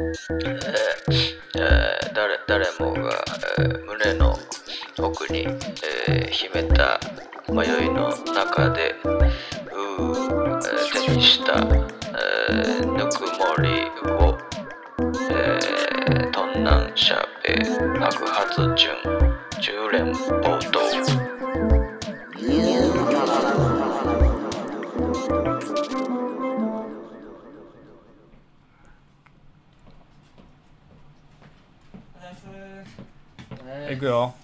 えーえー誰誰もが、えー胸の奥に、えー秘めた迷いの中でうー、えー手にした、えーぬくもりを、えー、トンナンシャベ白髪純十連暴動行くよも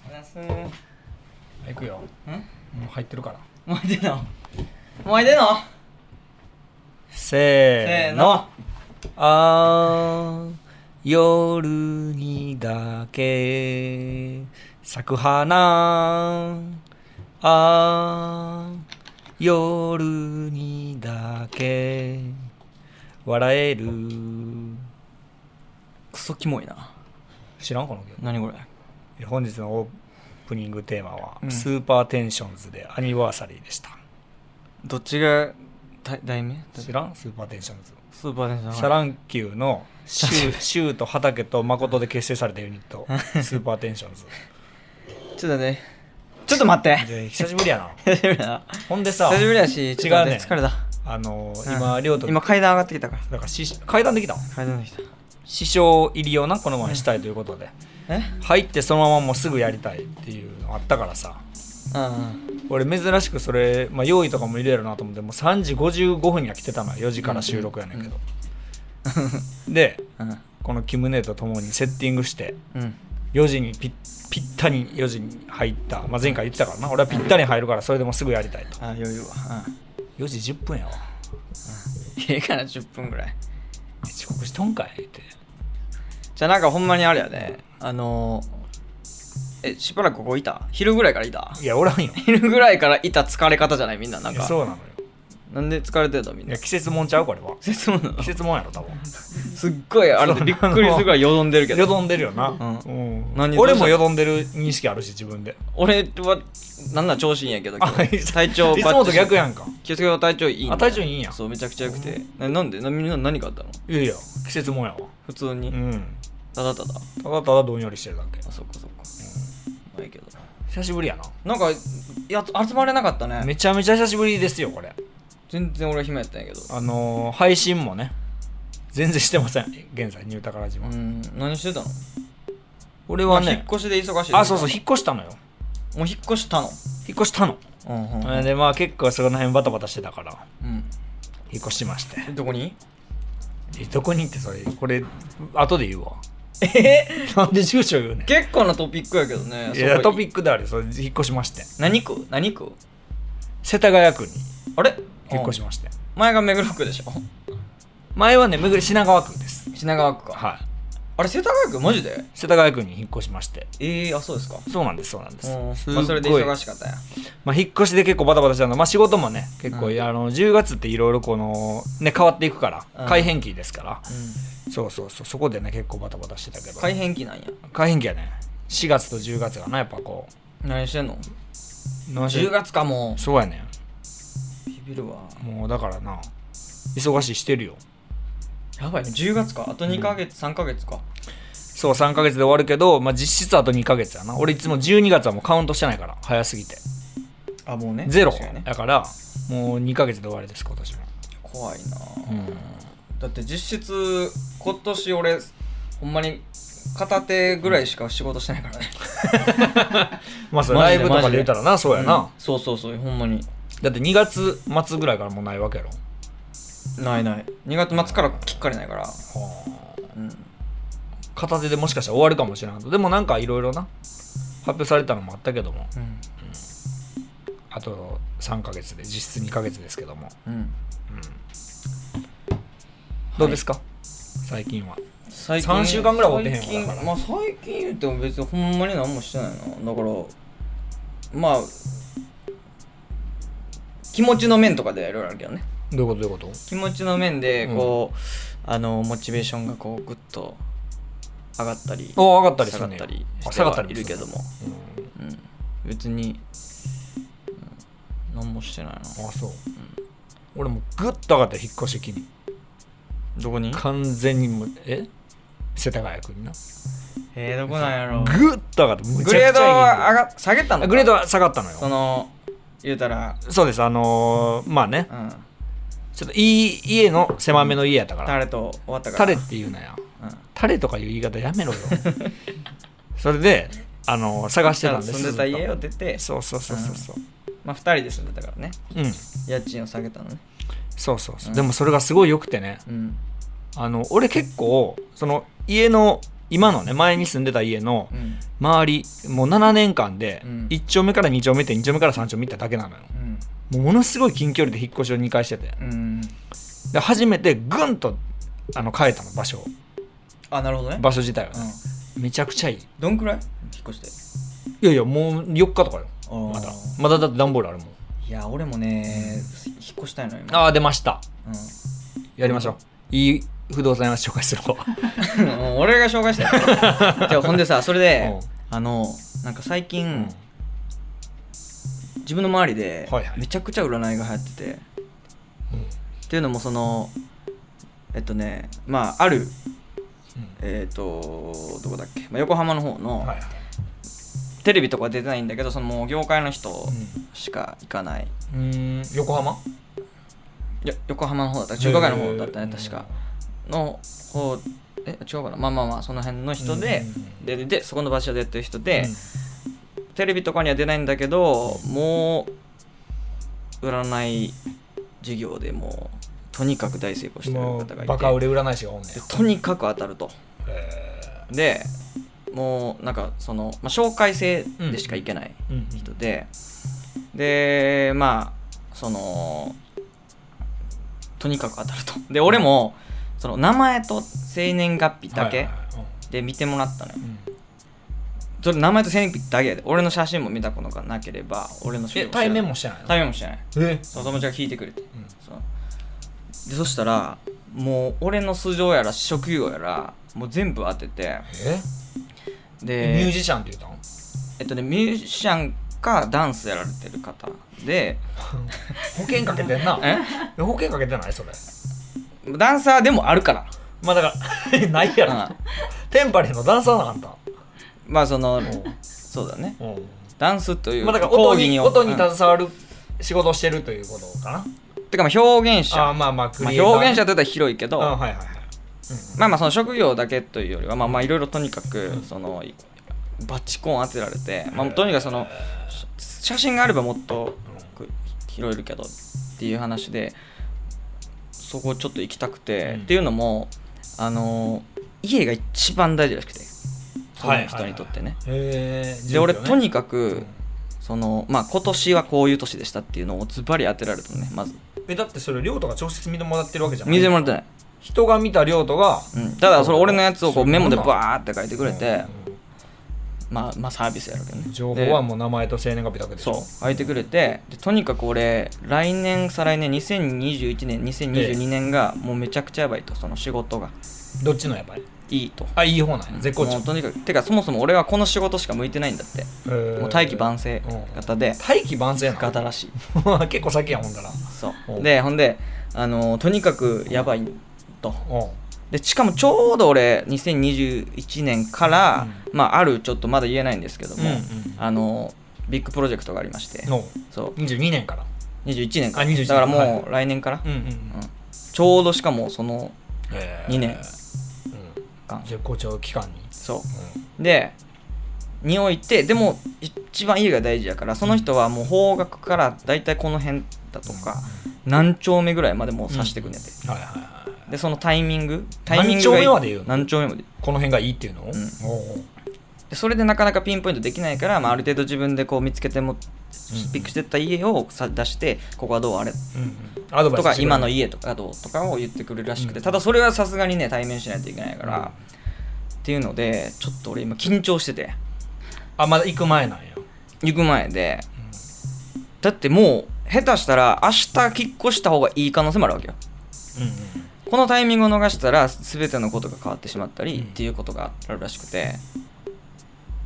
行くよもう入ってるからういでんのもういでんのせせーのあー夜にだけ咲く花あー夜にだけ笑えるクソキモいな知らんこの曲何これえ本日のオープニングテーマは、うんスーパーテンションズでアニバーサリーでしたどっちがた題名知らんスーパーテンションズスーパーでンシャランキューのシュ ーシューと畑と誠で結成されたユニットスーパーテンションズちょっとねちょっと待って で久しぶりやな久しぶりだなほんでさ久しぶりだしちょっと待って違疲うれねたあのーうん今亮と今階段上がってきたからだからし階段できたの階段できた師匠入りをなこの前したいということでえ入ってそのままもうすぐやりたいっていうのあったからさうん俺珍しくそれ、まあ、用意とかも入れるなと思ってもう3時55分には来てたのよ4時から収録やねんけど、 でうんこのキムネと共にセッティングしてうん4時にぴぴったり4時に入った、まあ、前回言ってたからな俺はぴったり入るからそれでもすぐやりたいとあ余裕はうん4時10分やわいいから10分ぐらいえ遅刻しとんかいってじゃあなんかほんまにあれやねあのーえしばらくここいた昼ぐらいからいたいやおらんよ昼ぐらいからいた疲れ方じゃないみんななんいやかそうなのよなんで疲れてたみんいなや季節もんちゃうこれは 節もなの季節もんやろ多分すっごいあれでびっくりするぐらいよどんでるけよどどんでるよな、ううん何俺どうしたもよどんでる認識あるし自分で俺はなんなん調子いいんやけど今 あいい日体 調いつもと逆ややんか気をつけろ体調いいんだあ体調いいんやそうめちゃくちゃ良くてななんでなみんな何があったのいやいや季節もんやわ普通うにんただただただただどんよりしてるだけあそっかそっかまあいいけど久しぶりやななんかや集まれなかったねめちゃめちゃ久しぶりですよこれ全然俺は暇やったんやけどあのー配信もね全然してません現在ニュータカラ島、うん何してたの俺は引っね越しで忙しいあそうそう引っ越したのよもう引っ越したの引っ越したの、うんうえーでまあ結構そこら辺バタバタしてたからん引っ越しましてうんどこにえどこにってそれこれ後で言うわえへ なんで住所言うね結構なトピックやけどねんいやトピックックであるよそれ引っ越しまして何区何区世田谷区にあれ引っ越しうんまして前が目黒区でしょ前はねめぐり品川区です品川区か、はいあれ世田谷区マジで世田谷区に引っ越しましてええー、あそうですかそうなんですそうなんですうんすっごい、まあ、それで忙ししかったんやまあ、引っ越しで結構バタバタしたの、まあ、仕事もね結構、うんあの10月っていろいろこの、ね、変わっていくから、うん改変期ですからうんそうそうそうそこでね結構バタバタしてたけど改変期なんや改変期やね4月と10月がなやっぱこ何してんのう何して10月かもそうやねうビビるわもうだからな忙しいしてるよやばいね10月かあと2ヶ月、3ヶ月かそう3ヶ月で終わるけど、まあ、実質あと2ヶ月やな俺いつも12月はもうカウントしてないから早すぎてあもうねゼロ確かにねだからもう2ヶ月で終わりです今年も怖いなぁうんだって実質今年俺ほんまに片手ぐらいしか仕事してないからね、まあそれマラジイでブとかで言ったらなそうやな、そうそうそうほんまにだって2月末ぐらいからもうないわけやろないない2月末からきっかりないからうん片手でもしかしたら終わるかもしれないでもなんかいろいろな発表されたのもあったけどもうんあと3ヶ月で実質2ヶ月ですけどもうんどうですか、最近は最三週間ぐらい会うてへんわ最近だからまあ最近言っても別にほんまに何もしてないなだからまあ気持ちの面とかでいろいろあるけどねどういうことどういうこと気持ちの面でうんこう、あのモチベーションがこうグッと上がったりお上がったりする下がねったりあして下がったはりいもるすけるどもうん別に、うん、何もしてないなあそう、俺もうグッと上がったよ引っ越し機にどこに完全にもうえ世田谷区になえー、どこなんやろグッと上がってむグちゃレーくちドはゃ上いいが下げたのかグレードは下がったのよその言うたらそうですあのーまあねうんちょっといい家の狭めの家やったからタレと終わったからタレっていうなようんタレとかいう言い方やめ ろよそれであのー探してたんです住んでた家ずっを出てとそうそうそうそうそうまあ2人で住んでたからねうん家賃を下げたのねそうそうそううんでもそれがすごい良くてねうんあの俺結構その家の今のね前に住んでた家のうん周りもう7年間でうん1丁目から2丁目って2丁目から3丁目行っただけなのよもうんうものすごい近距離で引っ越しを2回しててうんで初めてぐんとあの変えたの場所をあなるほどね場所自体はうね、んめちゃくちゃいいどんくらい引っ越していやいやもう4日とかよままだまだだって段ボールあるもんいや俺もね引っ越したいのよ今ああ出ましたうやりましょういい不動産屋紹介するわん もう俺が紹介 したいじゃあほんでさそれでうあのなんか最近、ん自分の周りではいはいめちゃくちゃ占いが流行ってて、っていうのもそのえっとねまああるえっ、とどこだっけ、まあ、横浜の方の、はいテレビとか出てないんだけどそのもう業界の人しか行かない、うん横浜いや横浜の方だった中華街の方だったね確かの方え違うかなまあまあまあその辺の人で、でででそこの場所でやってる人で、テレビとかには出ないんだけどもう占い事業でもうとにかく大成功してるも方がいうてバカ売れ占い師がおんねでとにかく当たるとでもうなんかその、まあ、紹介制でしか行けないんうん人で、でまあそのとにかく当たるとで俺もその名前と生年月日だけで見てもらったのよ、それ名前と生年月日だけやで俺の写真も見たことがなければ俺のえ仕事対面もしてない対面もしてないえそう友達が聞いてくれて、んそうでそしたらもう俺の素性やら職業やらもう全部当ててでミュージシャンって言ったのえっとねミュージシャンかダンスやられてる方で保険かけてんなえ保険かけてないそれダンサーでもあるから、まあだから ないやろうテンパリーのダンサーなあんたん、まあそのうんそうだねうんダンスというまあだから音にお音にうん携わる仕事をしてるということかなてかまあ表現者あーまあまあクまリエイあ、ター表現者って言ったら広いけどあはいはいはいまあまあその職業だけというよりはまあまあいろいろとにかくそのいバチコン当てられてまあとにかくそのし写真があればもっとく拾えるけどっていう話でそこちょっと行きたくて、うんっていうのもあの家が一番大事らしくてその人にとってね、へえで俺とにかかくそのまあ今年はこういう年でしたっていうのをズバリ当てられたのねまずくえだってそれ亮とか直接見てもらってるわけじゃない見てもらってない、人が見た亮とがうん、ただそれ俺のやつをこうメモでバーって書いてくれうてんまあまあサービスやるけどね情報はもう名前と生年月日だけででしそょう空いてくれてでとにかく俺来年再来年2021年2022年がもうめちゃくちゃやばいとその仕事がどっちのやっぱりいいとあいい方なんや絶好調もうとにかくてかそもそも俺はこの仕事しか向いてないんだってもう大器晩成型で大器晩成な型らしいの 結構先やもんだなそお ううでほんであのーとにかくやばいとおうでしかもちょうど俺2021年から、まああるちょっとまだ言えないんですけども、うんうんあのービッグプロジェクトがありましてのそう22年から21年からあ21年だからもはう来年から、うんうんうんちょうどしかもその2年間絶好調期間にそううでにおいてでも一番家が大事やからその人はもう方角から大体この辺だとか何丁目ぐらいまでもう指してくんねんて、んはいはいはいでそのタイミングタイミングがいい何丁目まで言うの何丁目までこの辺がいいっていうのをんおうでそれでなかなかピンポイントできないから、まあ、ある程度自分でこう見つけてもピックしてった家をさ出してここはどうあれうんうんアドバイスしてとかくれる今の家とかどうとかを言ってくれるらしくて、ただそれはさすがにね対面しないといけないから、っていうのでちょっと俺今緊張しててあまだ行く前なんや行く前で、だってもう下手したら明日引っ越した方がいい可能性もあるわけようんうんこのタイミングを逃したら全てのことが変わってしまったりっていうことがあるらしくて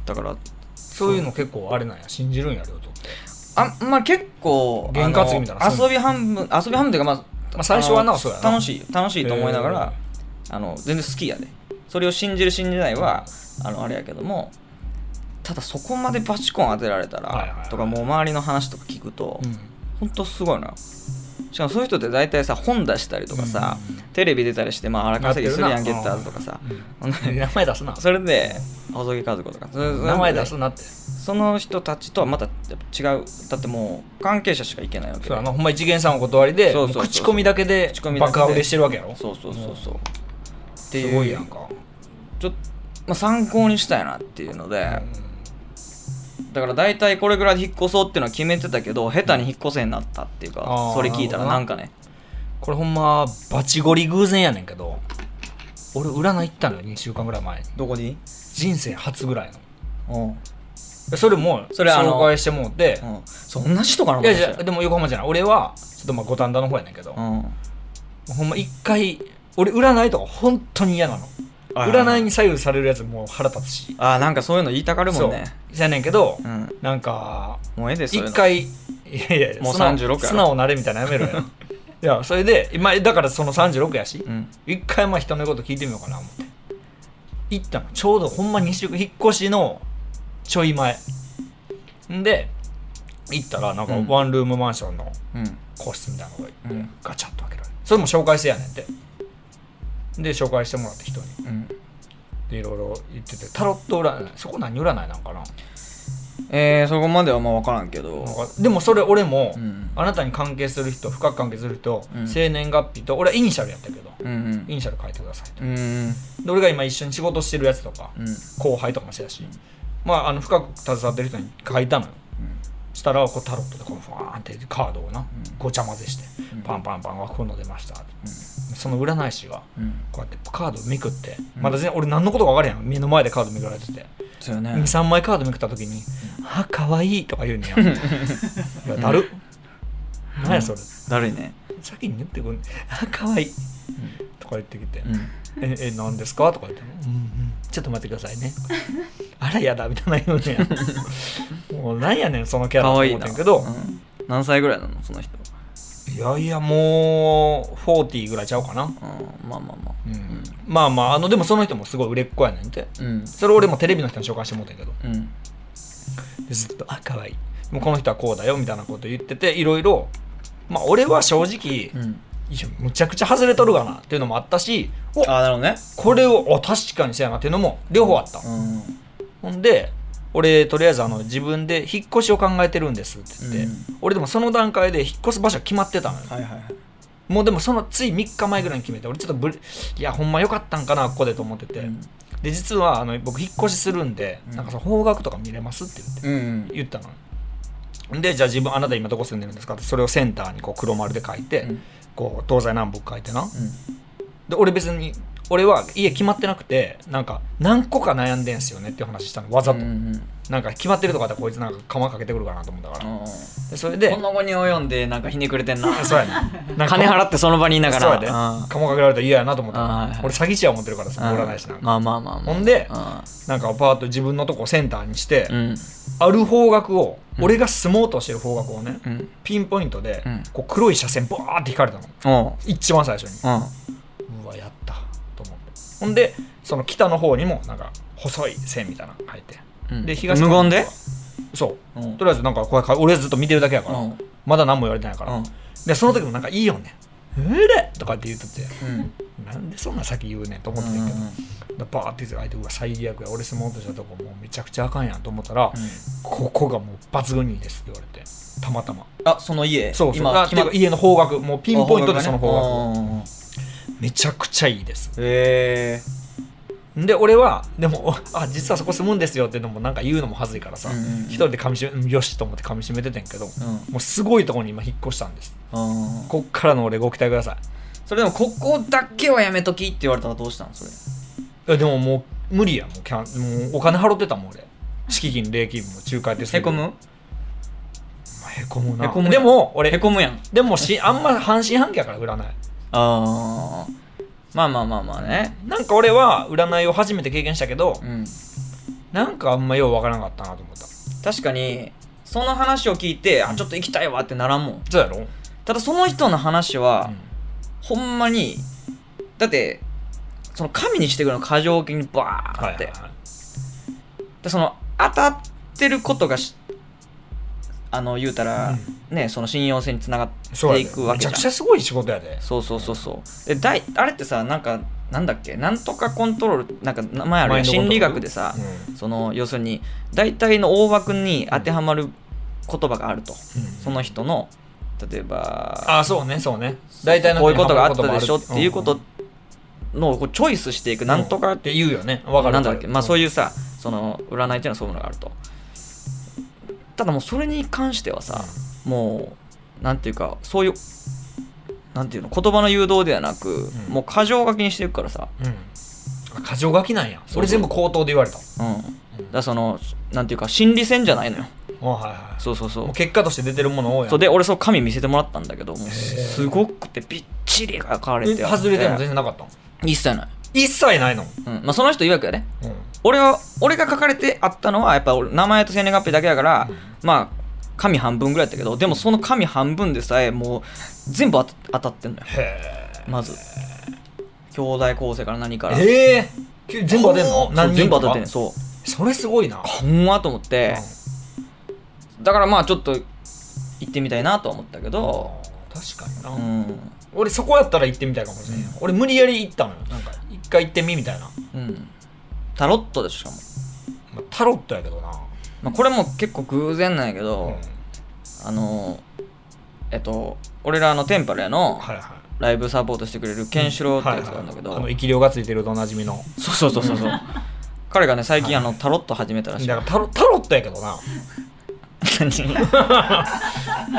だからそういうの結構あれなんや信じるんや亮とってあんまあ結構験担ぎみたいなあの遊び半分遊び半分というかまあ、まあ最初はなあのそうやな楽しい楽しいと思いながらあの全然好きやでそれを信じる信じないはあのあれやけどもただそこまでバチコン当てられたはいはいはらいとかもう周りの話とか聞くとうん本当すごいのよしかもそういう人って大体さ本出したりとかさうんテレビ出たりしてまあ荒稼ぎするややっんてゲるなッターズとかさほんで名前出すな それで細木和子とかそれそれで名前出すなってその人たちとはまたやっぱ違うだってもう関係者しか行けないわけそうであのほんま一元さんお断りでそうそうそもうう口コミだけで口コミだけで爆破売れしてるわけやろそうそうそうそうっていうすごいやんかちょっと、まあ、参考にしたいなっていうので、だから大体これぐらいで引っ越そうっていうのは決めてたけど下手に引っ越せになったっていうあかーそれ聞いたらなんかねこれほんまバチゴリ偶然やねんけど俺占い行ったのよ2週間ぐらい前にどこに人生初ぐらいのうん、うん、それもそれあの紹介してもうて、そんな人かないやいやもしかしたらでも横浜じゃない俺はちょっとまあ五反田の方やねんけど、うんほんま一回俺占いとか本当に嫌なのはいはい占いに左右されるやつもう腹立つしあーなんかそういうの言いたがるもんねじゃねんけど、うんなんかもうええでそういう一の回いやいやいやもう素直36やろ素直なれみたいなのやめろ よいやそれで今だからその36やしうん一回まあ人の言うこと聞いてみようかな思って行ったのちょうどほんま2週間引っ越しのちょい前んで行ったらなんかうんワンルームマンションのうん個室みたいなのが行って、うんガチャッと開けられるそれも紹介制やねんてで紹介してもらって人にうんでいろいろ言っててタロット占いそこ何占いなんかなえー、そこまではまあ分からんけどなんかでもそれ俺も、うんあなたに関係する人深く関係する人うん生、年月日と俺はイニシャルやったけど、うんうんイニシャル書いてくださいと、うんで俺が今一緒に仕事してるやつとか、うん後輩とかもそうやし、まあ、あの深く携わってる人に書いたのよ、したらこうタロットでこうファーンってカードをな、ごちゃ混ぜして、パンパンパンがこんの出ました、その占い師がうんこうやってカードめくって、まだ全然俺何のことか分からへん目の前でカードめくられてて、そうよね23枚カードめくった時に「あ可愛いとか言うねや いやだる何やそれだるいね先に言ってくんねあ可愛いとか言ってきてうん「ええ何ですか?」とか言って「うんうんちょっと待ってください ね」あらやだ」みたいな言うね やもうなんやねんそのキャラかとわ思いいっなてんけどうん何歳ぐらいなのその人いやいやもう40ぐらいちゃうかな、うんまあまあまあうんまあまああのでもその人もすごい売れっ子やねんてうんそれ俺もテレビの人に紹介してもうてんけどうんでずっと「あ可愛いもうこの人はこうだよ」みたいなこと言ってていろいろまあ俺は正直、うんいやむちゃくちゃ外れとるがなっていうのもあったしおああなるほどねこれをお確かにそうやなっていうのも両方あった、うんほんで俺とりあえずあの自分で引っ越しを考えてるんですって言って、うん俺でもその段階で引っ越す場所決まってたのよ、はいはいはいもうでもそのつい3日前ぐらいに決めて俺ちょっとぶれいやほんま良かったんかなここでと思ってて、うんで実はあの僕引っ越しするんで、なんかその方角とか見れますって言ってうん言ったのでじゃあ自分あなた今どこ住んでるんですかってそれをセンターにこう黒丸で書いて、うんこう東西南北書いてな、うんで俺別に俺は家決まってなくてなんか何個か悩んでんすよねっていう話したのわざと、うんなんか決まってるとかだったらこいつなんか釜かけてくるかなと思ったから、でそれでこの後に及んでなんかひねくれてん なそうや ねなんか金払ってその場にいながらそうやであ釜かけられたら嫌やなと思ったあーはいはい俺詐欺師は思ってるからさあおらないしなんかまあまあまあまあほんであなんかパーッと自分のとこをセンターにして、あうんある方角を俺が住もうとしてる方角をね、うんピンポイントで、うんこう黒い車線バーって引かれたのおう一番最初にうんうわやったと思ってほんでその北の方にもなんか細い線みたいなの入ってうんで東無言でそう、うんとりあえずなんかこれか俺はずっと見てるだけやから、うんまだ何も言われてないから、うんでその時もなんかいいよね「うれ!」とかって言っとってうんなんでそんな先言うねんと思ってたけど、でバーって言って相手うわ最悪や俺住もうとしたとこもうめちゃくちゃあかんやんと思ったら、ここがもう抜群にいいですって言われてたまたまあその家そうそう今あていうか決家の方角もうピンまポイントでその方角あ方角ねめちゃくちゃいいですうんへえで俺はでもおあ実はそこ住むんですよってのもなんか言うのも恥ずいからさ、うんうんうん一人で噛みしめうんよしと思って噛みしめててんけど、んもうすごいところに今引っ越したんですうんこっからの俺ご期待くださそれでもここだけはやめときって言われたらどうしたんそれいいやでももう無理やもうキャンもうお金払ってたもん 俺敷金礼金も仲介手数へ料こむまあへこむなへこむやんでも俺へこむやんでもしあんま半信半疑やから占いああまあまあまあまあねなんか俺は占いを初めて経験したけど、うんなんかあんまようわからんかったなと思った確かにその話を聞いてあちょっと行きたいわってならんもんそうやろ、ただその人の話はうん、ほんまにだってその紙にしてくるの過剰気にバーって、でその当たってることがしあの言うたら、ねその信用性につながっそうてやいでくわめけちじゃゃんくちゃすごい仕事やでそうそうそうそうでだいあれってさなんかなんだっけなんとかコントロールなんか名前あるマインドコントロやんー心ル理学でさ、うその要するに大体の大枠に当てはまる言葉があると、その人の例えばああそうねそうね大体のこういうことがあったでしょっていうことのこうチョイスしていくなんとかっ、て言うよねわかるなんだっけまあそういいうさその占いっていうのはそういうものがあるとただもうそれに関してはさもうなんていうかそういうなんていうの言葉の誘導ではなく、うんもう過剰書きにしていくからさ、うん、あ過剰書きなんやそれ全部口頭で言われたうん、だからそのなんていうか心理戦じゃないのよあはいはいそうそうそうもう結果として出てるものをやそうで俺そう紙見せてもらったんだけどもうすごくてびっちり書かれえてあって外れても全然なかったの一切ない、一切ないの、うんまあ、その人曰くやねうん、俺は俺が書かれてあったのはやっぱ俺名前と生年月日だけだから、まあ紙半分ぐらいだったけどでもその紙半分でさえもう全部当た当たってんのよへまず兄弟構成から何からえええき全部当てんのそう何人全部当たってんねんのそうそれすごいなこんわと思ってだからまあちょっと行ってみたいなとは思ったけど確かにな、うん俺そこやったら行ってみたいかもしれない、俺無理やり行ったのよなんか一回行ってみみたいな、うんタロットでしかもまあ、タロットやけどな、まあ、これも結構偶然なんやけど、うん、あのえっと俺らのテンパルやのはいはいライブサポートしてくれるケンシロウってやつがあるんだけど、はいはいあの生き量がついてるとおなじみのそうそうそうそうそう 彼がね最近あのタロット始めたらだしいからタロタロットやけどな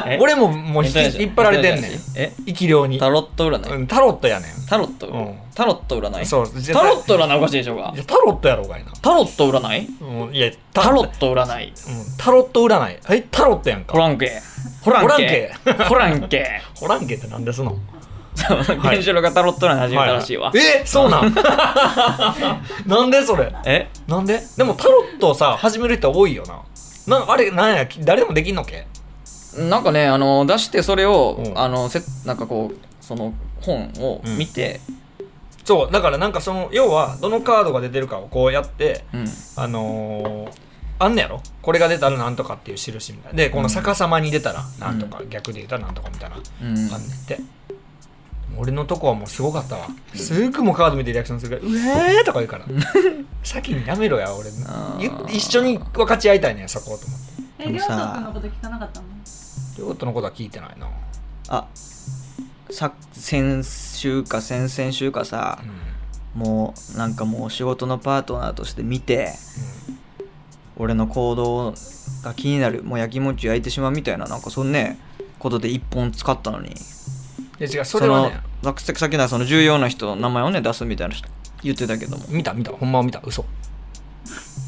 え俺ももう引き引っ張られてんねんえ生き量にタロット占い、うんタロットやねんタロット、うんタロット占いそうタロット占いおかしいでしょうかいやタロットやろうがいな、タロット占いうん、いやタタロット占いうんタロット占いえタロットやんかホランケホランケ ホランケホランケって何ですのケンシロウがタロット占い始めたらしいわ、ははえそうなん なんでそれえなんででもタロットさ始める人多いよななあれなんやき誰でもできんのけなんかねあの出してそれを、うんあのせなんかこうその本を見て、そうだからなんかその要はどのカードが出てるかをこうやってうんあのー、あんねやろこれが出たらなんとかっていう印みたいなでこの逆さまに出たらなんとか、逆で言ったらなんとかみたいな、うんあんねんて俺のとこはもうすごかったわすぐもうカード見てリアクションするから「うえー!」とか言う から「先にやめろや俺あーゆ一緒に分かち合いたいねんそこと思ってでえ、もりょうさたくんのこと聞かなかったのりょうとのことは聞いてないな、あさ先週か先々週かさうん、もうなんかもう仕事のパートナーとして見て俺の行動が気になるもう焼きもち焼いてしまうみたいななんかそんねことで一本使ったのにいや違うそれはねそのささっきのその重要な人の名前をね出すみたいな人言ってたけども見た見たほんまは見た嘘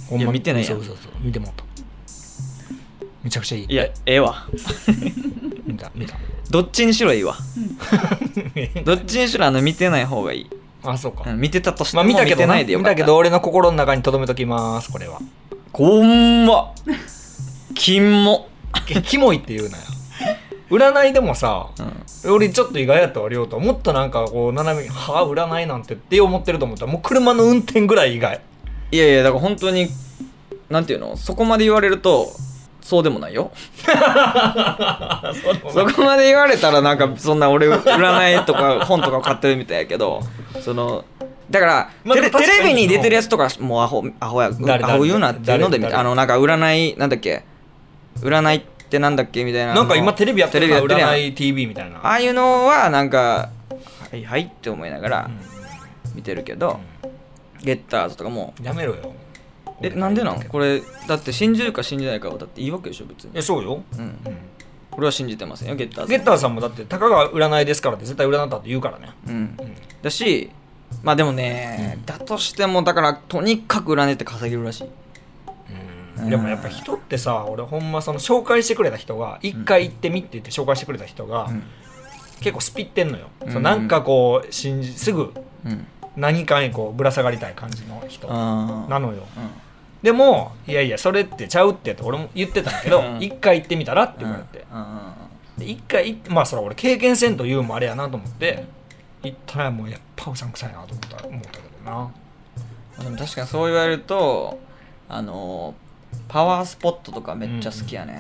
ほんいやま見てないや嘘ん嘘嘘見てもらっためちゃくちゃいいいやええわ見た 見たどっちにしろいいわどっちにしろあの見てない方がいい、あそうか、うん、見てたとしてまもあ見たけどてなないでよ見かったたけど俺の心の中に留めときますこれ はこん まキモ、キキモいって言うなよ占いでもさうん、俺ちょっと意外やったわ亮ともっとなんかこう斜めに「はあ占いなんて」って思ってると思ったらもう車の運転ぐらい意外いやいやだから本当になんていうのそこまで言われるとそうでもな いよそこまで言われたらなんかそんな俺占い とか本とかを買ってるみたいやけどそのだから、まあテでレも確かテにレビに出てるやつとかもうアホアホや誰アホ言うなっていうの誰でみたい誰あのなんか占いなんだっけ占いってなんだっけみたいななんか今テレビやってるなテレビやってるや占んい TV みたいなああいうのはなんかはいはいって思いながら見てるけど、ゲッターズとかもやめろよえ俺なんでなだのけどこれだって信じるか信じないかはだっていいわけでしょ別にえそうよ、うんうん俺は信じてませんよゲッターズゲッターさんもだってたかが占いですからって絶対占ったって言うからねうんだしまあでもね、だとしてもだからとにかく占いって稼げるらしいでもやっぱ人ってさ俺ほんまその紹介してくれた人が一回行ってみって言って紹介してくれた人が、結構スピってんのよ、そのなんかこう信じすぐうん何かにこうぶら下がりたい感じの人あなのよ、んでもいやいやそれってちゃうってって俺も言ってたんだけどうん一回行ってみたらってう言んわれてうんで一回行ってまあそれ俺経験せんと言うもあれやなと思って行ったらもうやっぱうさんくさいなと思った思ったけどなでも確かにそう言われるとあのパワースポットとかめっちゃ好きやね、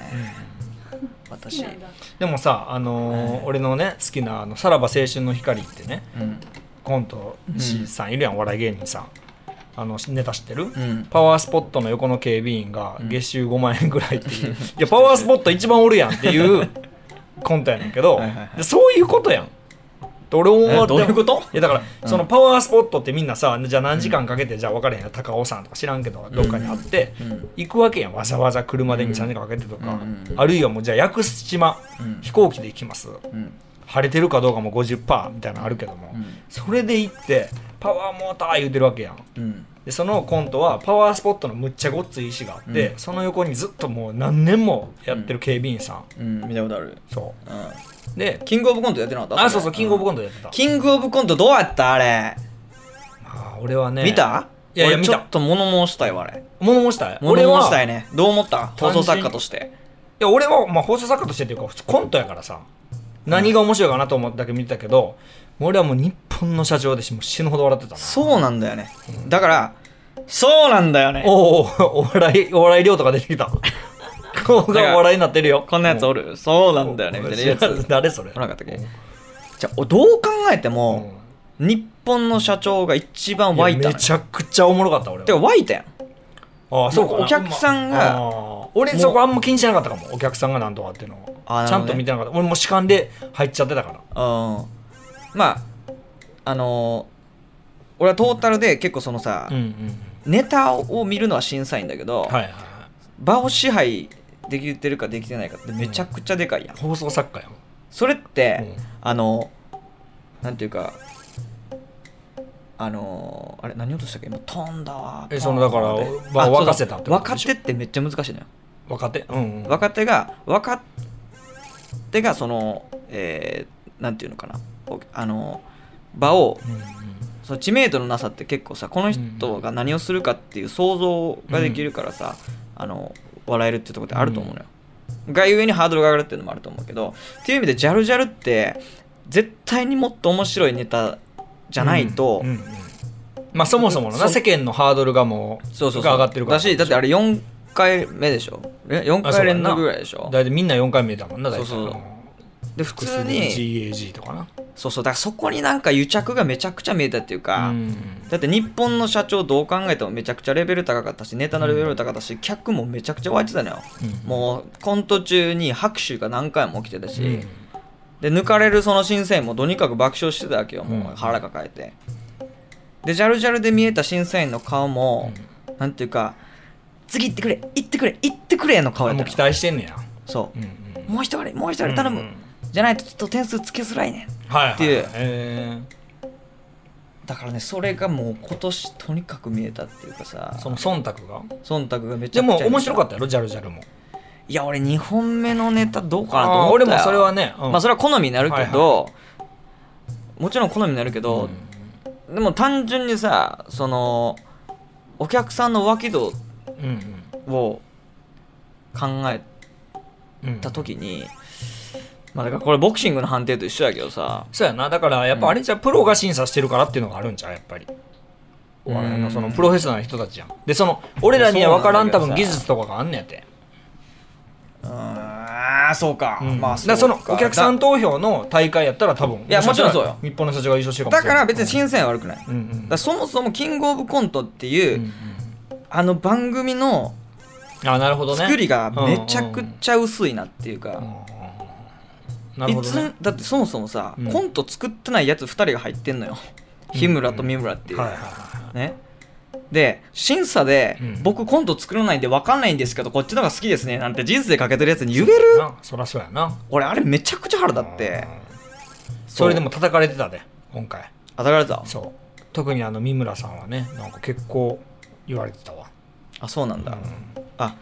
私、なんだでもさあのー俺のね好きなあの「さらば青春の光」ってねうんコント師さんいるやん、お笑い芸人さんあのネタ知ってる、うんパワースポットの横の警備員が月収5万円ぐらいって いう、いやパワースポット一番おるやんっていうコントやねんけどはいはいはいでそういうことやんって俺思ってえどういうこといやだから、んそのパワースポットってみんなさじゃあ何時間かけて、じゃあ分からへんや高尾山とか知らんけどどっかにあって、うん行くわけやんわざわざ車で23時間かけてとか、うんあるいはもうじゃあ屋久島、うん飛行機で行きますうん晴れてるかどうかも50%みたいなのあるけども、うんそれで行ってパワーモーター言うてるわけやんうんでそのコントはパワースポットのむっちゃごっつい石があって、うんその横にずっともう何年もやってる警備員さん、うん見たことある、そうん、うでキングオブコントやってなかったあそうそうキングオブコント、ントやってた、キングオブコントどうやったあれ、あー俺はね見たいやいや俺見ちょたっと物申したいわあれ物申したい物申俺したはいねどう思った放送作家としていや俺は、まあ、放送作家としてっていうか普通コントやからさ何が面白いかなと思っただけ見てたけど、俺はもう日本の社長でしもう死ぬほど笑ってたなそうなんだよねだからそうなんだよねおーおーお笑いお笑い量とか出てき た顔がお笑いになってるよこんなやつおるるそうなんだよねみたいなやつ誰それおらんかったっけじゃあおどう考えても、日本の社長が一番湧いいやためちゃくちゃおもろかった俺はてか湧いたやんああそうかなお客さんがあー俺そこあんま気にしなかったかもお客さんがなんとかっていうのあーをなちるゃほどねんと見てなかった俺もう主観で入っちゃってたからうんまああのー俺はトータルで結構そのさ、うんうんネタを見るのは審査員だけど、はいはいはい場を支配できてるかできてないかってめちゃくちゃでかいやん、放送作家やんそれって、うんあのなんていうかあのあれ何落としたっけもう飛んだわえポンそのだからってまああそうだ若手だってこと若でしょ手ってめっちゃ難しいのよ若手うんうん若手が若手がそのえー、なんていうのかなおあの場をうんうんその知名度のなさって結構さこの人が何をするかっていう想像ができるからさ、あの笑えるっていうところってあると思うのよ。がゆえにハードルが上がるっていうのもあると思うけどっていう意味でジャルジャルって絶対にもっと面白いネタじゃないと、うんうんうんまあそもそものなそ世間のハードルがもうそうそうそうが上がってるからだしだってあれ4回目でしょえ4あそう回や連な続ぐらいでしょ大体みんな4回目だもんな大体そうそうで普複通数に GAG とかなそうそうだからそこになんか癒着がめちゃくちゃ見えたっていうか、うんだって日本の社長どう考えてもめちゃくちゃレベル高かったしネタのレベル高かったし客もめちゃくちゃ湧いてたのよ、うんもうコント中に拍手が何回も起きてたし、うんで抜かれるその審査員もとにかく爆笑してたわけよもううん腹抱えてでジャルジャルで見えた審査員の顔も、なんていうか次行ってくれ行ってくれ行ってくれの顔あやっもたうの期待してんねやそううんう、んもう一割もう一割頼む、うんうんじゃないとちょっと点数つけづらいねはいはいっていうえだからねそれがもう今年とにかく見えたっていうかさーその忖度が忖度がめちでゃくちゃも面白かっったやろジャルジャルもたいや俺2本目のネタどうかなと思ったよ俺もそれはね、うんまあそれは好みになるけど、もちろん好みになるけど、でも単純にさそのお客さんの脇度うんうんを考えうんうんた時に、まあだからこれボクシングの判定と一緒やけどさそうやなだからやっぱあれじゃプロが審査してるからっていうのがあるんちゃうやっぱりお笑いのそのプロフェッショナルな人たちやんでその俺らには分からん多分技術とかがあんねやてうーんそうか、うんまあだからそのお客さん投票の大会やったら多分いやもちろんそうよ日本の社長が優勝してるかもだしれかないら別に審査員は悪くない、だうんうんからそもそもキングオブコントっていう、うんあの番組のうんあなるほどね作りがめちゃくちゃ薄いなっていうか、なるいほどつねだってそもそもさ、うんコント作ってないやつ2人が入ってんのよ、日村と三村っていう、はいはいはねで審査で、うん僕コント作らないんで分かんないんですけどこっちの方が好きですね」なんて人生かけてるやつに言えるいなそらそうやな俺あれめちゃくちゃ腹立ってそれでも叩かれてたで今回あたかれたそう特にあの三村さんはねなんか結構言われてたわあそうなんだ、あ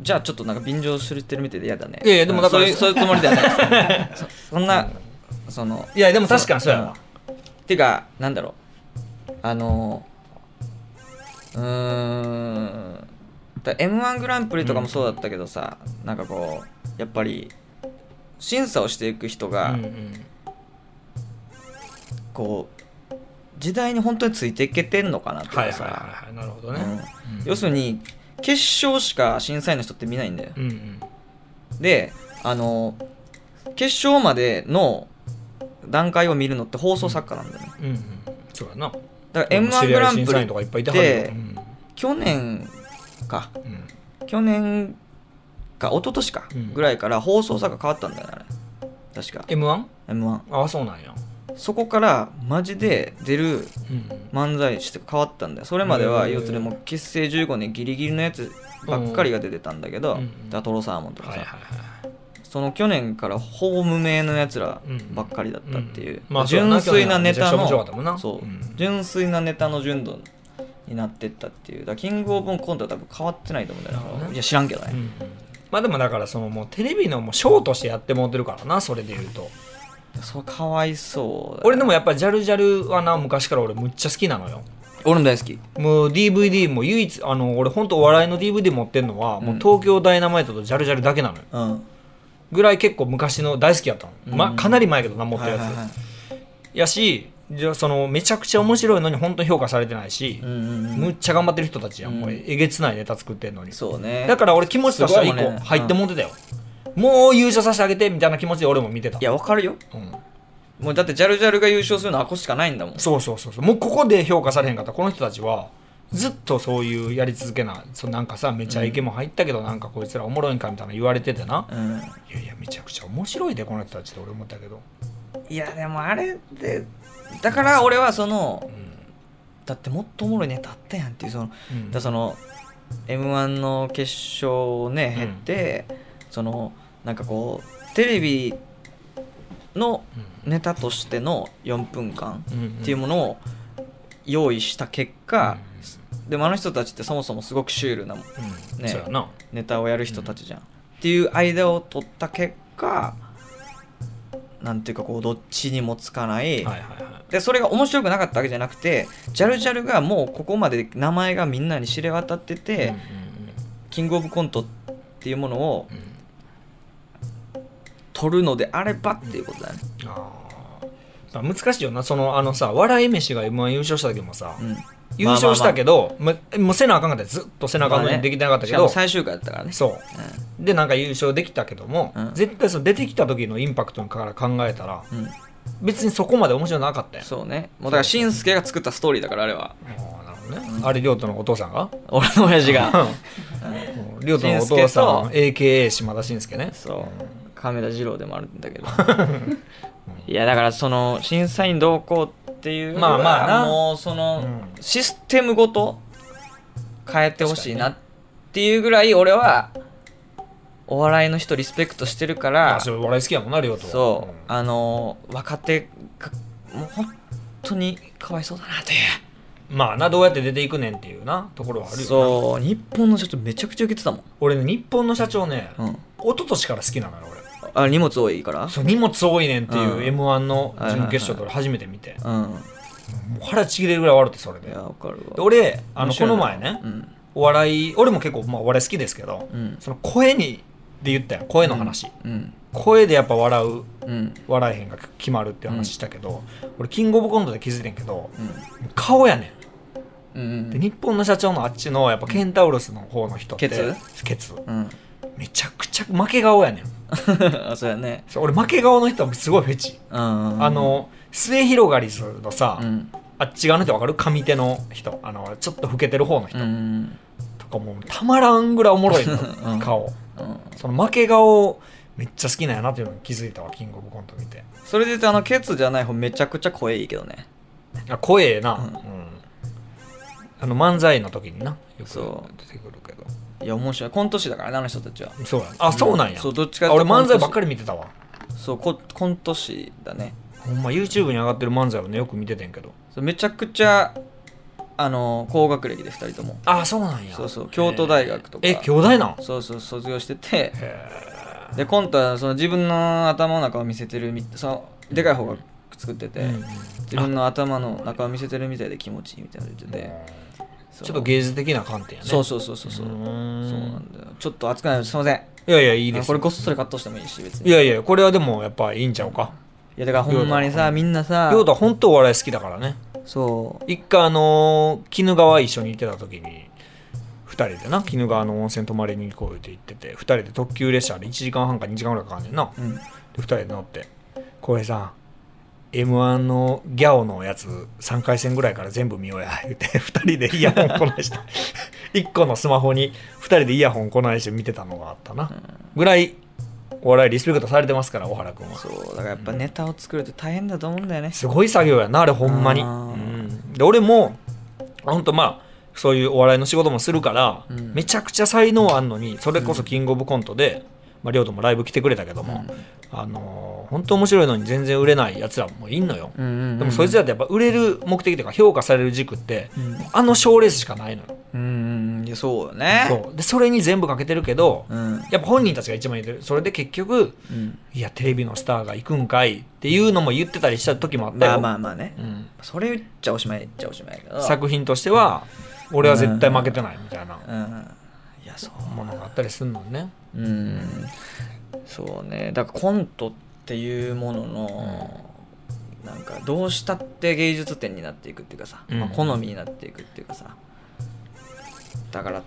じゃあちょっとなんか便乗してるみたいで嫌だねいやいやでもだからうんそういうそういうつもりではない ですそそんなそのいやでも確かにそうやうんなていうかなんだろうあのうーん m 1グランプリとかもそうだったけどさ、なんかこうやっぱり審査をしていく人がうんうんこう、時代に本当についていけてんのかなっていうはいはいかはさ、いはいなるほどねうん要するに決勝しか審査員の人って見ないんだよ、うんうんであの決勝までの段階を見るのって放送作家なんだよねうんうんそうやなだから m 1グラン知り合い審査プリ員とかいっぱいいてはるよで去年かうんうん去年か一昨年かうんぐらいから放送作家変わったんだよねあれ確か M1? m 1ああそうなんやそこからマジで出るうん漫才師って変わったんだよそれまではへー要するにもう結成15年ギリギリのやつばっかりが出てたんだけど、うんうんダトロサーモンとかはいさ、はいはいその去年からほぼ無名のやつらばっかりだったっていう、うんまあ純粋なネそうやな去年はめちゃくタちゃ面白かったもんのなそう、うん純粋なネタの純度になってったっていうだからキングオブコントは多分変わってないと思うんだよなるほどねねいや知らんけどね、うんまあでもだからそのもうテレビのもうショーとしてやってもってるからなそれで言うとそうかわいそうだ俺でもやっぱりジャルジャルはな昔から俺むっちゃ好きなのよ俺も大好きもう DVD も唯一あの俺本当お笑いの DVD 持ってんのはもう東京ダイナマイトとジャルジャルだけなのようんぐらい結構昔の大好きやったの、まあ、かなり前やけどな持ってるはいやつ、はいはいやしじゃあそのめちゃくちゃ面白いのに本当に評価されてないし、うんうんうんむっちゃ頑張ってる人たちやん、これえげつないネタ作ってんのにそうねだから俺気持ちとしては一すごいもん個ね入ってもってたよ、もう優勝させてあげてみたいな気持ちで俺も見てたいやわかるようんもうだってジャルジャルが優勝するのはこしかないんだもんそうそうそうそうもうここで評価されへんかったらこの人たちはずっとそういうやり続けなそうなんかさめちゃイケも入ったけど、なんかこいつらおもろいんかみたいな言われててな、うんいやいやめちゃくちゃ面白いでこの人たちって俺思ったけどいやでもあれってだから俺はそのうんだってもっとおもろいネタあったやんっていうそのうんだからその m 1の決勝をねうん減って、そのなんかこうテレビのネタとしての4分間っていうものを用意した結果、でもあの人たちってそもそもすごくシュールなうんねそうやなネタをやる人たちじゃん、っていう間を取った結果なんていうかこうどっちにもつかない、はいはいはでそれが面白くなかったわけじゃなくてジャルジャルがもうここまで名前がみんなに知れ渡っていて、うんキングオブコントっていうものをうんうん取るのであればっていうことだね、あーだから難しいよなそのあのさ笑い飯が m 1優勝した時もさ、うん、優勝したけど、まもう背中あかんかったよずっと背中あかんのまあにねできてなかったしけかど、も最終回だったからねそうでなんか優勝できたけども、うん絶対その出てきた時のインパクトから考えたらうん、うん、別にそこまで面白くなかったよそうねもうだからしんすけが作ったストーリーだからあれはああなるほどね、あれ亮太のお父さんが俺の親父 がうん亮太のお父さんは AKA 島田紳介ねそう亀田二郎でもあるんだ けどいやだからその審査員同行っていうまあまあなもうその、うシステムごと変えてほしいなっていうぐらい俺はお笑いの人リスペクトしてるからあそれ笑い好きやもんな亮太はそう、あのー若手がもう本当にかわいそうだなといううんまあなどうやって出ていくねんっていうなところはあるよなそう日本の社長めちゃくちゃ受けてたもん、俺ね日本の社長ね、うん、一昨年から好きなのよ俺あ荷物多いからそう荷物多いねんっていううん m 1の準決勝とか初めて見て、うんもう腹ちぎれるぐらい笑ってそれいでやわかるでわ俺あの面こ白いなの前ね、うんお笑い俺も結構まあお笑い好きですけど、うんその声にで言ったやん声の話、うん声でやっぱ笑ううん笑えへんが決まるっていう話したけど、俺キングオブコントで気づいてんけどうん顔やねうんんうでん日本の社長のあっちのやっぱケンタウロスの方の人ってケツケツ うんめちゃくちゃ負け顔やねんそうやねそう俺負け顔の人はすごいフェチ、うんうんあの末広がりずのさ、うんあっち側の人分かる上手の人あのちょっと老けてる方の人うんうんとかもうたまらんぐらいおもろいの、うん顔うんその負け顔めっちゃ好きなんやなっていうのに気づいたわキングオブコント見てそれで言うとあのケツじゃない方めちゃくちゃ声いいけどねあ怖えな、ううんんあの漫才の時になよくそう出てくるけどいや面白いコント師だからねあの人たちはそうやあそうなんや、そうどっちかあ俺漫才ばっかりり見てたわそうココント師だねほんま YouTube に上がってる漫才をねよく見ててんけどそうめちゃくちゃあの高学歴で2人ともあそうなんやそうそう京都大学とかえーえ京大なんそうそう卒業しててへでコントはその自分の頭の中を見せてるみそのでかい方が作ってて、え、うんうん自分の頭の中を見せてるみたいで気持ちいいみたいなの言ってて、ちょっそうと芸術的な観点やねそうそうそうそうそううーんそうなんだよちょっと熱くなるすいませんいやいやいいですこれごっそりカットしてもいいし別にいやいやこれはでもやっぱいいんちゃうかいやだからほんまにさみんなさ亮太は本当お笑い好きだからねそう一回あのー鬼怒川一緒に行ってた時に2人でな鬼怒川の温泉泊まりに行こうって言ってて2人で特急列車で1時間半か2時間ぐらいかかんねんな、うんで2人で乗って「浩平さん m 1のギャオのやつ3回戦ぐらいから全部見ようや」言って2人 でイヤホンこないして1個のスマホに2人でイヤホンこないして見てたのがあったな、ぐらいお笑いリスペクトされてますから小原君はそうだからやっぱネタを作るって大変だと思うんだよねすごい作業やなあれほんまに、あうーん、で俺もほんとまあそういうお笑いの仕事もするから、うんめちゃくちゃ才能あんのにそれこそキングオブコントで、まあ、亮ともライブ来てくれたけども、あのー、本当面白いのに全然売れないやつらもいんのよ、うんうんうんでもそいつらってやっぱ売れる目的とか評価される軸って、うんあの賞レースしかないのようんうんうんいやそうよねそうでそれに全部かけてるけど、うんやっぱ本人たちが一番言ってるそれで結局うんいやテレビのスターが行くんかいっていうのも言ってたりした時もあったよまあまあまあねうん、それ言っちゃおしまいっちゃおしまいやけど作品としては俺は絶対負けてないみたいなうんいやそうものがあったりするのねうんそうねだからコントっていうものの、なんかどうしたって芸術点になっていくっていうかさ、うんまあ、好みになっていくっていうかさだから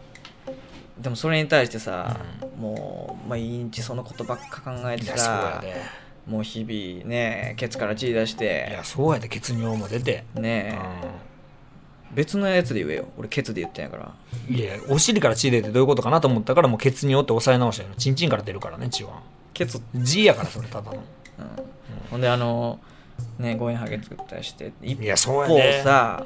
でもそれに対してさ、もう毎日そのことばっか考えいてやそうやさでもう日々ねケツから血出しいてやそうやで血尿も出て、ね別のやつで言えよ俺ケツで言ってんやからうん、いやお尻から血出てどういうことかなと思ったからもう血尿って抑え直したよチンチンから出るからね血はケツ G やからそれただのほんであのねゴ円ハゲ作ったりして一いやそうや方で、さ、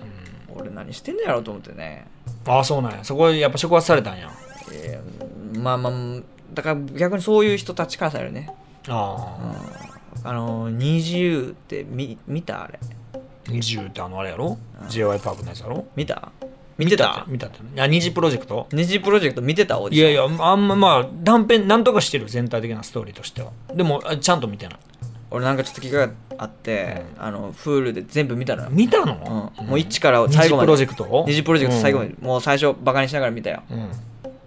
俺何してんのやろうと思ってねああそうなんやそこやっぱ触発されたんやえーまあまあだから逆にそういう人たちからされるねああ、あの20って見見たあれ20ってあのあれやろ j y パークのやつやろ見た見てた見たって見たってあ二次プロジェクト二次プロジェクト見てたオーディいショやンいやあんままあ断片なんとかしてる全体的なストーリーとしてはでもあちゃんと見てない俺なんかちょっと気があって、あのフールで全部見たのよ、見たうんの、もう一から二最次後まプでロジェクトを二次プロジェクト最後まで、もう最初バカにしながら見たようん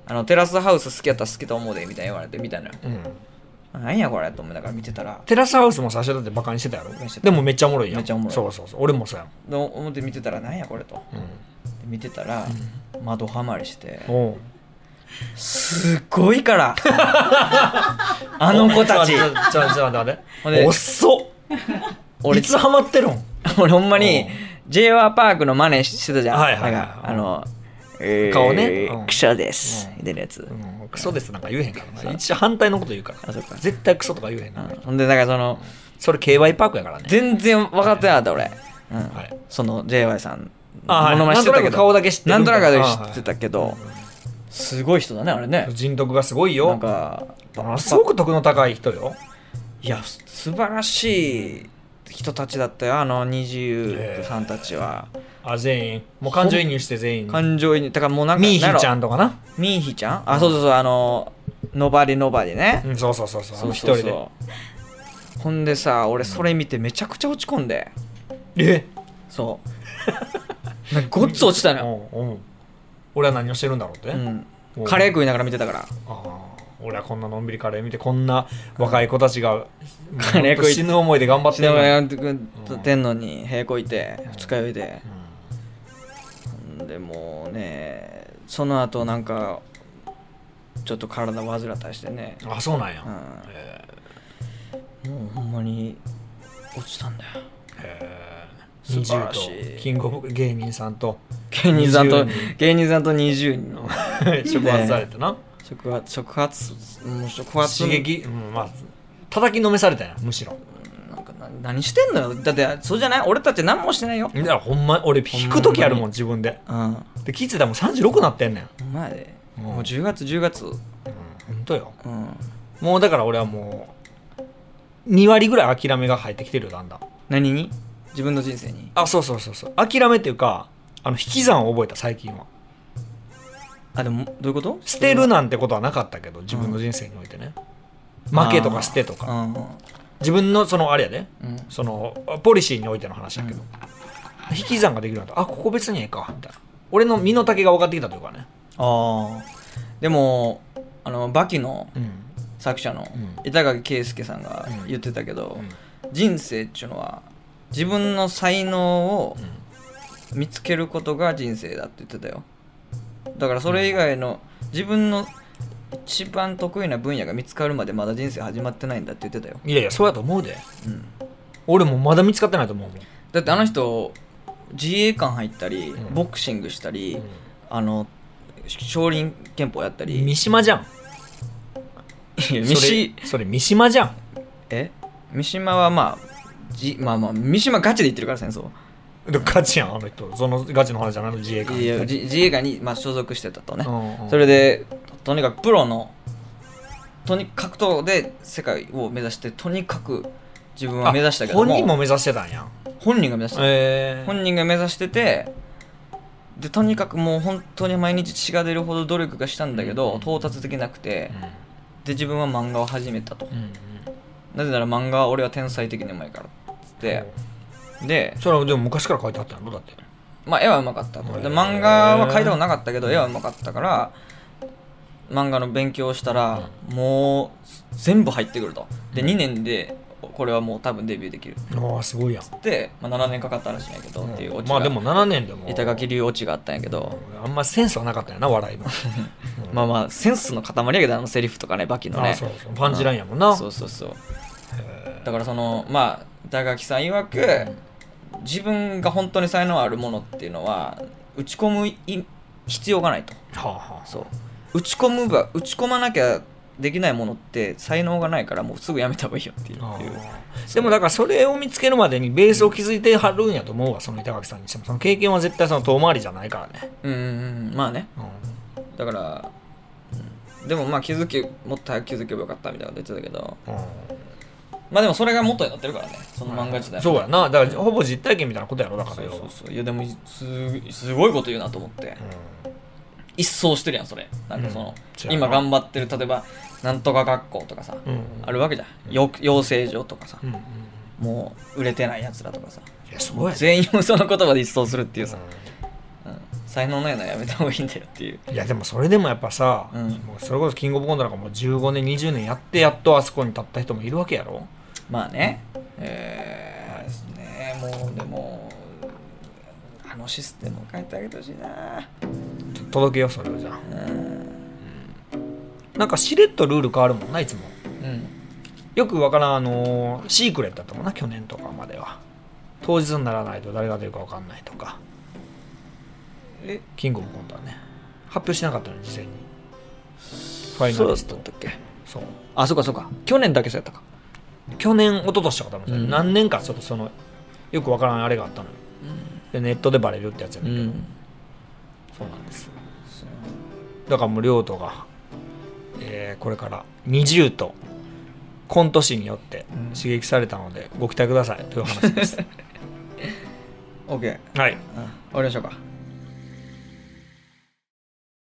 あのテラスハウス好きやったら好きと思うでみたいに言われて見たのようんなんやこれと思いながら見てたらテラスハウスも最初だってバカにしてたやろしてたでもめっちゃおもろいやんめっちゃおもろいそうそうそう俺もそうやで思って見てたらなんやこれとでもん、見てたら、窓ハマりしてうん、おうすっごいから あの子たちちょちょちょ待ってほ待んってで遅っ俺いつハマってるん俺ほんまにうん j ワパークの真似してたじゃん、はいはいはいなんかあの、えー顔ねうんクソです、うんみたいなやつ、うんクソですなんか言えへんからな一応反対のこと言うからあそっか絶対クソとか言えへんな、うんほんでなんかそのそれ KY パークやからね全然分かってなかった俺、うんはいその JY さんあはいモノマネしてたけなんとなくど顔だけ知ってるなんみたといななく知ってたけど、すごい人だねあれね人徳がすごいなんよかものすごく徳の高い人よいやす素晴らしい人たちだったよあの二十さんたちは、あ全員もう感情移入して全員感情移入だからもうなんかミーヒなんやーろちゃんとかなミーヒちゃんあそうそうそうあのノバディノバディね、うんそうそうそうそうあそのう一そう人そうほんでさ俺それ見てめちゃくちゃ落ち込んででえそうなんかごっつ落ちたのよ、うんうん俺は何をしてるんだろうって、うんおうカレー食いながら見てたからああ俺はこんなのんびりカレー見てこんな若い子たちが カレもうほー食いんと死ぬ思いで頑張って品る川のやってくってんのに平行いて二日酔いで、ほんでもうねその後なんかちょっと体患ったりしてね、あそうなんや、うへんもうほんまに落ちたんだよえ素晴らしい20とキングオブ芸人さん と 芸人さんと20芸人さんと20人の 触発されてな、触発触発もう触発刺激、うん、まあ叩きのめされたんやむしろなんかな何してんのよだってそうじゃない俺たち何もしてないよいやほんま俺引く時あるもん自分でうんほで気づいたらもう36なってんねんんまやでうんもう10月10月うほんとよんもうだから俺はもう2割ぐらい諦めが入ってきてるよだんだん何に自分の人生にあそうそうそうそう諦めっていうかあの引き算を覚えた最近はあでもどういうこと捨てるなんてことはなかったけど自分の人生においてね、負けとか捨てとうかんうん自分のそのあれやで、うんそのポリシーにおいての話だけど、引き算ができるようになったあここ別にええかみたいな俺の身の丈が分かってきたというかねああでもあのバキのうん作者のうん板垣圭介さんがうん言ってたけどうん人生っちゅうのは自分の才能を見つけることが人生だって言ってたよだからそれ以外の自分の一番得意な分野が見つかるまでまだ人生始まってないんだって言ってたよ、いやいやそうやと思うでうん、俺もまだ見つかってないと思うもんだってあの人自衛官入ったりうんボクシングしたり、あの少林拳法やったり三島じゃんいや 三島それそれ三島じゃんえ三島はまあじまあまあ三島ガチで行ってるから戦争でもガチやんあの人そのガチの話じゃないの自衛官いやじ自衛官に、まあ、所属してたとね、うんうんそれでとにかくプロのとに格闘で世界を目指してとにかく自分は目指したけどあ本人も目指してたんや本人が目指してたええ本人が目指しててでとにかくもう本当に毎日血が出るほど努力がしたんだけど、到達できなくてで自分は漫画を始めたと、うんうんなぜなら漫画は俺は天才的にうまいからっつってで、それはでも昔から書いてあったのだってまあ、絵はうまかったとでへー漫画は描いたことなかったけど絵はうまかったから漫画の勉強をしたらもう全部入ってくるとで2年でこれはもう多分デビューできるああすごいやんで、まあ、7年かかったらしいんやけどっていうオチまあでがも7年でも板垣流オチがあったんやけどあんまセンスはなかったよな笑 いのまあまあセンスの塊やけどあのセリフとかねバキのあねあそうそうパンチラインやもんなそうそうそうだからそのまあ板垣さん曰く、自分が本当に才能あるものっていうのは打ち込むい必要がないとはあはあそう打ち込むば打ち込まなきゃできないものって才能がないからもうすぐやめた方がいいよっていうああでもだからそれを見つけるまでにベースを築いてはるんやと思うわその板垣さんにしてもその経験は絶対その遠回りじゃないからね、うんうんうんまあねうだから、うんでもまあ気づきもっと早く気づけばよかったみたいなこと言ってたけどんうんまあでもそれが元になってるからねその漫画時代そううやなだからほぼ実体験みたいなことやろだからそうよそうそういやでもすすごいこと言うなと思って一掃してるやんそれなんかその、うん今頑張ってる例えばなんとか学校とかさ、うんうんあるわけじゃんよ養成所とかさうんうんもう売れてないやつらとかさいやそうやで全員をその言葉で一掃するっていうさ、うん才能ないのはやめた方がいいんだよっていういやでもそれでもやっぱさ、うんもうそれこそキングオブコントなんかもう15年20年やってやっとあそこに立った人もいるわけやろまあねえーですねもうでもあのシステムを変えてあげてほしいなちょっと届けようそれをじゃうん、あなんかしれっとルール変わるもんないつもうん、よくわからんあのーシークレットだったもんな去年とかまでは当日にならないと誰が出るかわかんないとかえキングオブコントはね発表しなかったの事前にファイナリストたっけそうあそうかそうか去年だけそうやったか去年一昨年とか多分、うん何年かちょっとそのよくわからんあれがあったのよでネットでバレるってやつやうねんけど、んそうなんです だからもう亮斗が、えーこれから20とコント師によってうん刺激されたの でご期待くださいという話です OK はいうん終わりましょうか